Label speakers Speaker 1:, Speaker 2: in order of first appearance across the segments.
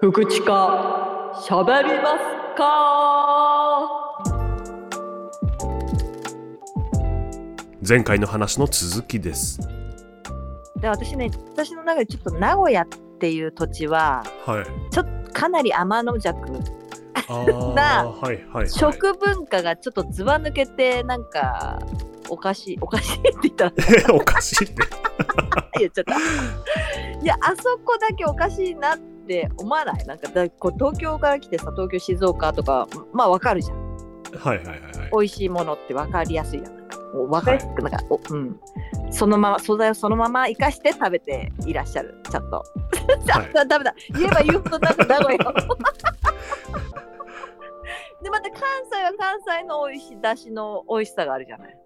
Speaker 1: 福地かしゃべりますか
Speaker 2: 前回の話の続きです。
Speaker 3: で私ね私の中でちょっと名古屋っていう土地は
Speaker 2: はい。
Speaker 3: かなり天の弱
Speaker 2: あ
Speaker 3: な
Speaker 2: あ、はいはい、はい。
Speaker 3: 食文化がちょっとずば抜けてなんかおかしいおかしいって言ったら
Speaker 2: おかしいね。
Speaker 3: 言っちゃったいやあそこだけおかしいなって思わないなんかだこう東京から来てさ東京静岡とかまあわかるじゃん
Speaker 2: はいはいはいはい。
Speaker 3: 美味しいものってわかりやすいやんなんかもうわかりやすくなんか、おうん、そのまま素材をそのまま生かして食べていらっしゃるちゃんとあ、
Speaker 2: はい
Speaker 3: ダメだ言えば言うほどなんか名 古屋でまた関西は関西の美味しいだしの美味しさがあるじゃない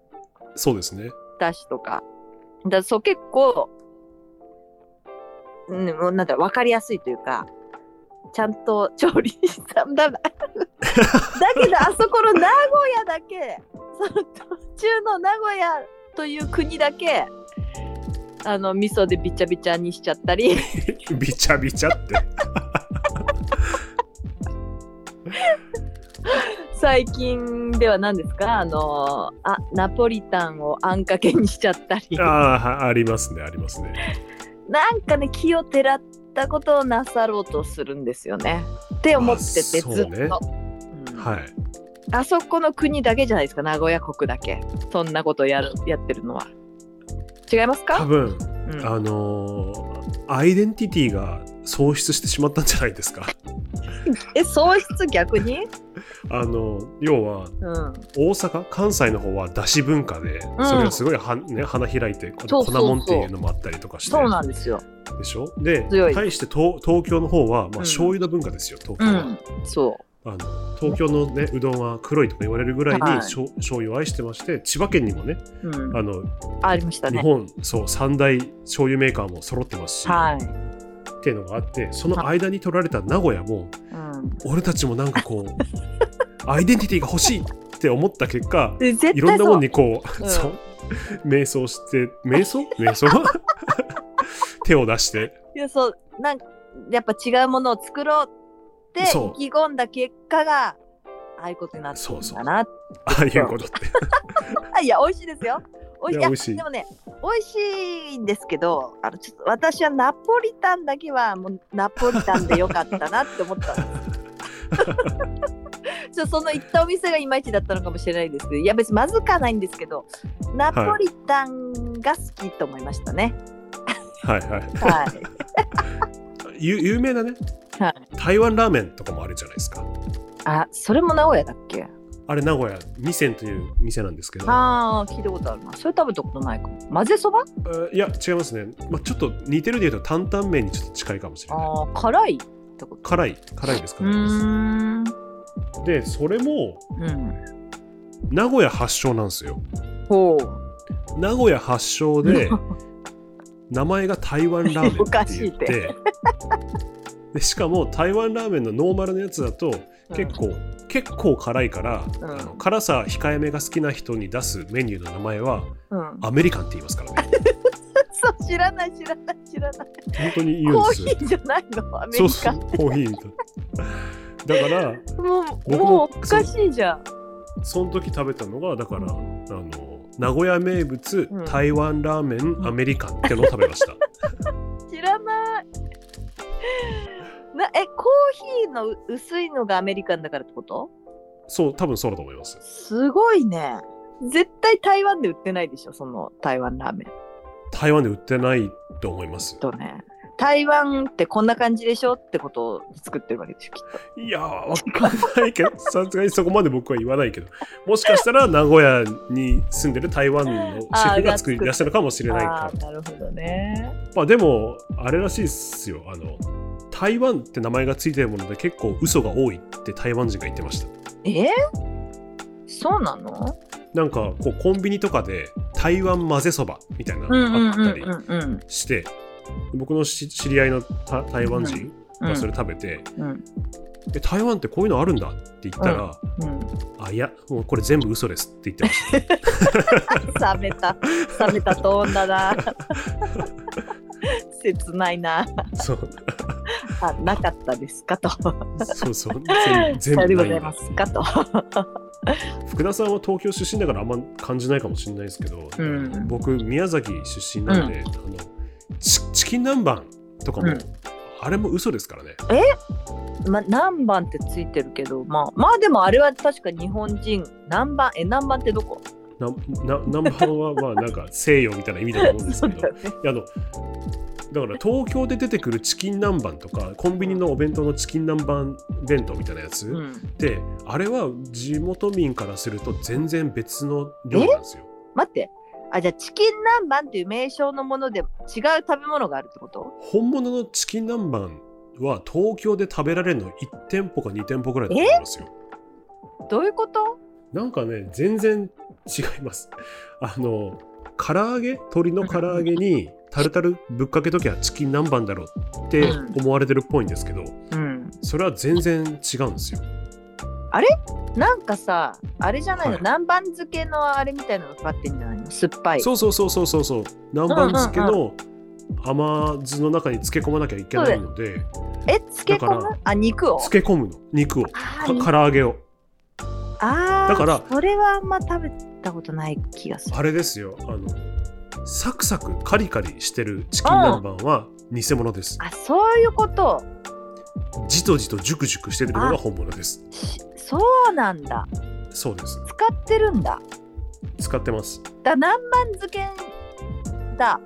Speaker 2: そうですね。
Speaker 3: だしとかだからそう結構、うん、もうなんだろう分かりやすいというかちゃんと調理したダメだだけどあそこの名古屋だけその途中の名古屋という国だけあの味噌でびちゃびちゃにしちゃったり
Speaker 2: びちゃびち ゃって。
Speaker 3: 最近では何ですかあのあナポリタンをあんかけにしちゃったり
Speaker 2: ああー、はありますね、ありますね。
Speaker 3: なんかね気をてらったことをなさろうとするんですよねって思っててずっ
Speaker 2: あ
Speaker 3: と、
Speaker 2: そうね
Speaker 3: うん
Speaker 2: はい。
Speaker 3: あそこの国だけじゃないですか名古屋国だけそんなことやるやってるのは違います
Speaker 2: 多
Speaker 3: か、
Speaker 2: 分、
Speaker 3: うん
Speaker 2: あのーアイデンティティが喪失してしまったんじゃないですか。
Speaker 3: え喪失逆に、
Speaker 2: あの要は
Speaker 3: うん、
Speaker 2: 大阪関西の方はだし文化で、
Speaker 3: うん
Speaker 2: それがすごいは、ね、花開いてこ
Speaker 3: そうそうそう
Speaker 2: 粉もんっていうのもあったりとかして
Speaker 3: そうなんですよ
Speaker 2: でしょで
Speaker 3: 強い
Speaker 2: 対して東東京の方は、まあ、
Speaker 3: ん
Speaker 2: 醤油の文化ですよ、
Speaker 3: う
Speaker 2: 東京は、
Speaker 3: んそ
Speaker 2: あの東京の、ね、うどんは黒いとか言われるぐらいに、
Speaker 3: はい
Speaker 2: しょう醤油を愛してまして千葉県にもね
Speaker 3: う、うん、
Speaker 2: あ
Speaker 3: あ
Speaker 2: の
Speaker 3: りました
Speaker 2: 日
Speaker 3: ね
Speaker 2: 本そう三大醤油メーカーも揃ってますし、
Speaker 3: はい、
Speaker 2: っていうのがあってその間に取られた名古屋も
Speaker 3: うん
Speaker 2: 俺たちもなんかこう アイデンティティが欲しいって思った結果
Speaker 3: で、絶
Speaker 2: いろ
Speaker 3: 対
Speaker 2: んなも
Speaker 3: そ
Speaker 2: ん
Speaker 3: う
Speaker 2: にこう、
Speaker 3: うん
Speaker 2: そう瞑想して瞑想瞑 想手を出して
Speaker 3: いやそうなんかやっぱ違うものを作ろうって
Speaker 2: そう
Speaker 3: 意気込んだ結果がああいうことになってるんだなって
Speaker 2: ああいうことって
Speaker 3: あいや美味しいですよ。美味しい
Speaker 2: いや美味しい
Speaker 3: でもね美味しいんですけどあのちょっと私はナポリタンだけはもうナポリタンでよかったなって思ったん です。ちょっとその行ったお店がいまいちだったのかもしれないですけどいや別にまずくはないんですけどナポリタンが好きと思いましたね。
Speaker 2: はいはい
Speaker 3: はい、
Speaker 2: ゆ有名なね、
Speaker 3: はい
Speaker 2: 台湾ラーメンとかもあるじゃないですか
Speaker 3: あそれも名古屋だっけ
Speaker 2: あれ名古屋味仙という店なんですけど
Speaker 3: ああ聞いたことあるなそれ食べたことないかも混ぜそば
Speaker 2: えーいや違いますね、まあ、ちょっと似てるで言うと担々麺にちょっと近いかもしれない
Speaker 3: あー辛いってこと
Speaker 2: 辛い辛いです
Speaker 3: う
Speaker 2: 辛いです
Speaker 3: ーん
Speaker 2: でそれも
Speaker 3: うん
Speaker 2: 名古屋発祥なんですよ
Speaker 3: ほう
Speaker 2: 名古屋発 祥で名前が台湾ラーメンって
Speaker 3: おかしい
Speaker 2: 言
Speaker 3: っ
Speaker 2: っててでしかも台湾ラーメンのノーマルのやつだと結構、結構辛いから、
Speaker 3: うん
Speaker 2: あの辛さ控えめが好きな人に出すメニューの名前は
Speaker 3: うん
Speaker 2: アメリカンって言いますからね
Speaker 3: そう知らない知らない知らない。
Speaker 2: 本当に言うん
Speaker 3: コー
Speaker 2: です
Speaker 3: ヒ
Speaker 2: よ
Speaker 3: ーじゃないのアメ
Speaker 2: そう
Speaker 3: リ
Speaker 2: そ
Speaker 3: カ
Speaker 2: う。コーヒーみたいなだから
Speaker 3: も
Speaker 2: 僕
Speaker 3: う
Speaker 2: も
Speaker 3: もうおかしいじゃん。
Speaker 2: その時食べたのがだからあの名古屋名物、
Speaker 3: うん
Speaker 2: 台湾ラーメンアメリカンってのを食べました
Speaker 3: 知らない。なえコーヒーの薄いのがアメリカンだからってこと？
Speaker 2: そう多分そうだと思います
Speaker 3: すごいね。絶対台湾で売ってないでしょその台湾ラーメン
Speaker 2: 台湾で売ってないと思います
Speaker 3: とね。台湾ってこんな感じでしょってことを作ってるわけでしょきっ
Speaker 2: い やーわかんないけどさすがにそこまで僕は言わないけどもしかしたら名古屋に住んでる台湾のシェフが作り出したのかもしれ
Speaker 3: と。
Speaker 2: ない
Speaker 3: あ
Speaker 2: か
Speaker 3: あーなるほどね。
Speaker 2: まあでもあれらしいっすよあの台湾って名前がついてるもので結構嘘が多いって台湾人が言ってました
Speaker 3: え？そうなの？
Speaker 2: なんかこうコンビニとかで台湾混ぜそばみたいな
Speaker 3: うんう
Speaker 2: の
Speaker 3: ん
Speaker 2: あっ
Speaker 3: うん
Speaker 2: た
Speaker 3: う
Speaker 2: り
Speaker 3: んうん
Speaker 2: して、僕のし知り合いのた台湾人
Speaker 3: う
Speaker 2: がそ
Speaker 3: ん
Speaker 2: れ食べて、
Speaker 3: うん
Speaker 2: え台湾ってこういうのあるんだって言ったら、
Speaker 3: うん。
Speaker 2: あいやもうこれ全部嘘ですって言ってまし
Speaker 3: 冷めた冷め たトーンだな切ないな
Speaker 2: たそう
Speaker 3: あなかったですかと。
Speaker 2: そうそう。全 部、全
Speaker 3: さよう
Speaker 2: 部
Speaker 3: でご
Speaker 2: ない
Speaker 3: ざい
Speaker 2: んだ
Speaker 3: ま。すかと。
Speaker 2: 福田さんは東京出身だからあんま感じないかもしれないですけど、
Speaker 3: うん
Speaker 2: 僕、宮崎出身なんで、あのチチキン南蛮とかも、
Speaker 3: うん
Speaker 2: あれも嘘ですからね。
Speaker 3: ま、何番ってついてるけど、まあ、まあでもあれは確か日本人、何番、え、何番ってどこ
Speaker 2: なな南蛮はまあなんか西洋みたいな意味だと思うんです け
Speaker 3: そ
Speaker 2: ど、
Speaker 3: うだね
Speaker 2: いやあのだから東京で出てくるチキン南蛮とかコンビニのお弁当のチキン南蛮弁当みたいなやつ
Speaker 3: うん。
Speaker 2: って、あれは地元民からすると全然別の料理なんですよ。
Speaker 3: 待って。あ、じゃあチキン南蛮っていう名称のもので違う食べ物があるってこと
Speaker 2: 本物のチキン南蛮は東京で食べられるの1店舗か2店舗ぐらいだと思うんですよ。
Speaker 3: どういうこと
Speaker 2: なんかね全然違います。あの唐揚げ鶏の唐揚げにタルタルぶっかけときゃチキン南蛮だろうって思われてるっぽいんですけど
Speaker 3: うん。
Speaker 2: それは全然違うんですよ。
Speaker 3: なんかさ、あれじゃないの、
Speaker 2: はい
Speaker 3: 南蛮漬けのあれみたいなのかかってんじゃないの酸っぱい。
Speaker 2: そうそうそうそうそうそう南蛮漬け
Speaker 3: う
Speaker 2: の甘酢の中に漬け込まなきゃいけないので
Speaker 3: え、漬け込
Speaker 2: だから
Speaker 3: むあ、肉を。
Speaker 2: 漬け込むの肉をか
Speaker 3: あー
Speaker 2: 唐揚げを。
Speaker 3: あー
Speaker 2: だから
Speaker 3: それはあんま食べたことない気がする
Speaker 2: あれですよあのサクサクカリカリしてるチキン南蛮は偽物です
Speaker 3: あそういうこと
Speaker 2: じとじとジュクジュクしてるのが本物です
Speaker 3: しそうなんだ
Speaker 2: そうです
Speaker 3: 使ってるんだ
Speaker 2: 使ってます
Speaker 3: だ南蛮漬けだ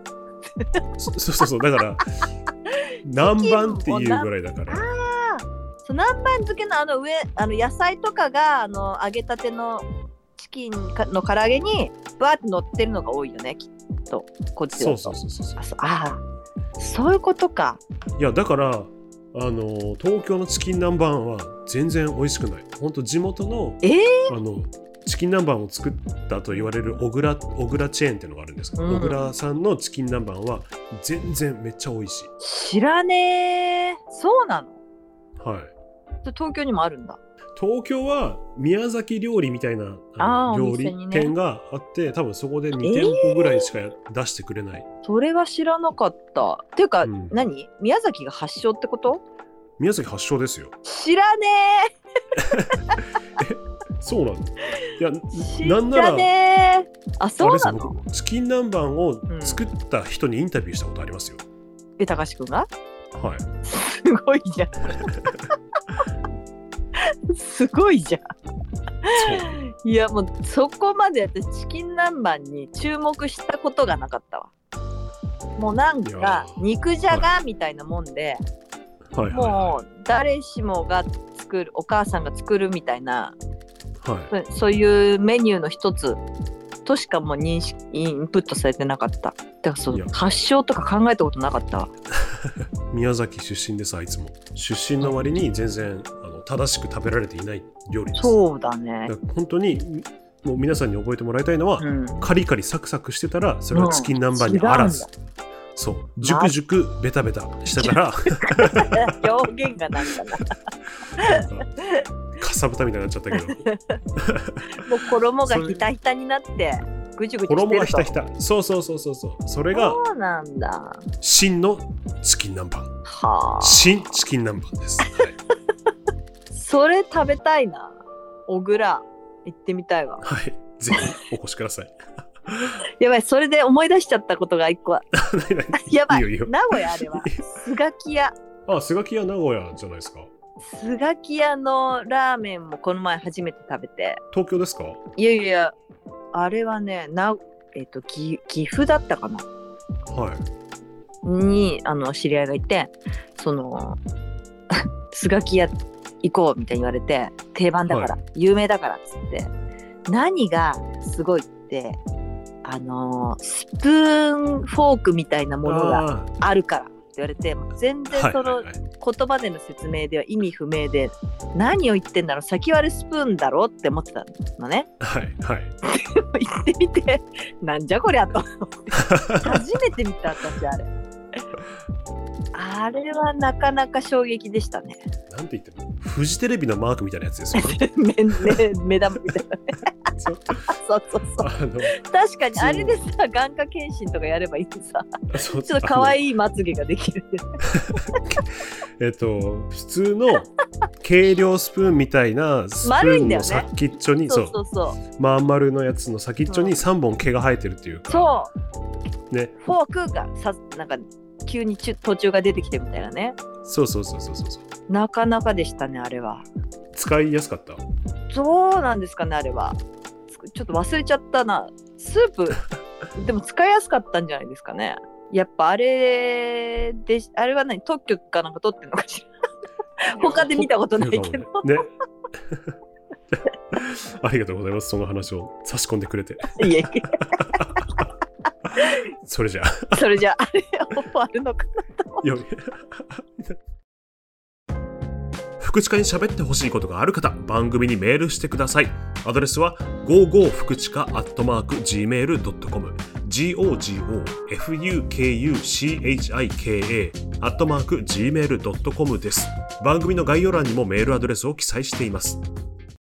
Speaker 2: そそうそうそうだから南蛮っていうぐらいだから
Speaker 3: あーそう南蛮漬けのあの上あの野菜とかがあの揚げたてのチキンかの唐揚げにバーって乗ってるのが多いよねきっとこっちだと
Speaker 2: そうそうそうそ
Speaker 3: あ
Speaker 2: うそ
Speaker 3: そうあーそういうことか
Speaker 2: ういやだからあの東京のチキン南蛮は全然美味しくないほんと地元の
Speaker 3: えー
Speaker 2: あのチキン南蛮を作ったと言われる小倉小倉チェーンっていうのがあるんですけど、
Speaker 3: うん
Speaker 2: 小倉さんのチキン南蛮は全然めっちゃ美味しい
Speaker 3: 知らねえそうなの
Speaker 2: はい
Speaker 3: それ東京にもあるんだ
Speaker 2: 東京は宮崎料理みたいな
Speaker 3: あー
Speaker 2: あの
Speaker 3: お
Speaker 2: 料
Speaker 3: 店
Speaker 2: 理
Speaker 3: にね
Speaker 2: 店があって、多分そこで2店舗ぐらいしか出してくれない、
Speaker 3: それは知らなかった。ていうか、
Speaker 2: うん
Speaker 3: 何宮崎が発祥ってこと
Speaker 2: 宮崎発祥ですよ
Speaker 3: 知らね
Speaker 2: そうなのいや
Speaker 3: え知
Speaker 2: なんなら
Speaker 3: らねえあ、
Speaker 2: あ
Speaker 3: そ
Speaker 2: れ
Speaker 3: う
Speaker 2: です
Speaker 3: な
Speaker 2: よ
Speaker 3: の
Speaker 2: 僕チキン南蛮を作った人にインタビューしたことありますよ、
Speaker 3: え、高橋くんが
Speaker 2: はい
Speaker 3: すごいじゃん。すごいじゃ
Speaker 2: そ
Speaker 3: ん。いや、もうそこまで私、チキン南蛮に注目したことがなかったわ。もうなん
Speaker 2: いや
Speaker 3: か
Speaker 2: ー
Speaker 3: 肉じゃがみたいなもんで、
Speaker 2: うはいは
Speaker 3: もう誰しもが作るお母さんが作るみたいない
Speaker 2: はい、はい、
Speaker 3: そうそういうメニューの一つとしかもう認識インプットされてなかった。だからそ
Speaker 2: いや
Speaker 3: う発祥とか考えたことなかったわ。
Speaker 2: 宮崎出身ですあいつも出身の割に全然あの正しく食べられていない料理です
Speaker 3: そうだね
Speaker 2: だ。から本当にもう皆さんに覚えてもらいたいのは、
Speaker 3: うん。
Speaker 2: カリカリサクサクしてたらそれはチキン南蛮にあらず、
Speaker 3: うん
Speaker 2: そうジュクジュクベタベタしてたら
Speaker 3: 表現がなんかな。
Speaker 2: なんかかさぶたみたいになっちゃったけど
Speaker 3: もう衣がひたひたになってぐちゅぐちゅして
Speaker 2: 衣
Speaker 3: ると。
Speaker 2: がひたひたそうそうそうそうそうそれが
Speaker 3: そうなんだ。
Speaker 2: 真のチキン南蛮
Speaker 3: はあ。
Speaker 2: 真チキン南蛮です、は
Speaker 3: それ食べたいな。小倉行ってみたいわ。
Speaker 2: い、はい、ぜひお越しください
Speaker 3: やばいそれで思い出しちゃったことが一個 あ。
Speaker 2: 何何
Speaker 3: やばい
Speaker 2: いいよいいよ
Speaker 3: 名古屋あれは。スガキ屋。
Speaker 2: あスガキ屋名古屋じゃないですか
Speaker 3: スガキ屋のラーメンもこの前初めて食べて。
Speaker 2: 東京ですか
Speaker 3: いやいや、あれはね、なえっ、と岐、岐阜だったかな
Speaker 2: はい
Speaker 3: に、あの、知り合いがいて、その、 スガキ屋行こうみたいに言われて、定番だから、有名だからっつって、何がすごいって、あの、スプーンフォークみたいなものが
Speaker 2: あー
Speaker 3: あるからって言われて、全然
Speaker 2: はい
Speaker 3: そ
Speaker 2: は
Speaker 3: の
Speaker 2: いはい
Speaker 3: 言葉での説明では意味不明で、何を言ってんだろう、先割れスプーンだろうって思ってたのね。
Speaker 2: はいはい
Speaker 3: 行ってみてなんじゃこりゃ と思って初めて見た私あれあれはなかなか衝撃でしたね
Speaker 2: なんて言ってもフジテレビのマークみたいなやつですよね
Speaker 3: 目目目玉みたいなね
Speaker 2: そう
Speaker 3: そうそうそう
Speaker 2: あの
Speaker 3: 確かに
Speaker 2: そう
Speaker 3: あれでさ眼科検診とかやればいいのさ
Speaker 2: あそう
Speaker 3: ちょっと可愛いまつげができる
Speaker 2: えっと普通の軽量スプーンみたいなスプ
Speaker 3: 丸い
Speaker 2: ー
Speaker 3: ん
Speaker 2: ン
Speaker 3: だよ
Speaker 2: の
Speaker 3: ね
Speaker 2: 先っちょに、
Speaker 3: そ
Speaker 2: そうう
Speaker 3: そうそう
Speaker 2: まん丸のやつの先っちょに3本毛が生えてるっていうか
Speaker 3: そう
Speaker 2: ね
Speaker 3: フォークがさなんか急にちゅ途中が出てきてみたいなね
Speaker 2: そうそうそうそうそうそう
Speaker 3: なかなかでしたねあれは
Speaker 2: 使いやすかった
Speaker 3: どうなんですかねあれはつくちょっと忘れちゃったなスープでも使いやすかったんじゃないですかねやっぱあれであれは何特許かなんか取ってんのかしら他で見たことないけど
Speaker 2: ね ありがとうございますその話を差し込んでくれて
Speaker 3: いえい
Speaker 2: それじゃあ
Speaker 3: えそれじゃああれオファーあるのか
Speaker 2: よ福知課に喋ってほしいことがある方番組にメールしてくださいアドレスは55福知課 gmail.com gogofukuchika gmail.com です番組の概要欄にもメールアドレスを記載しています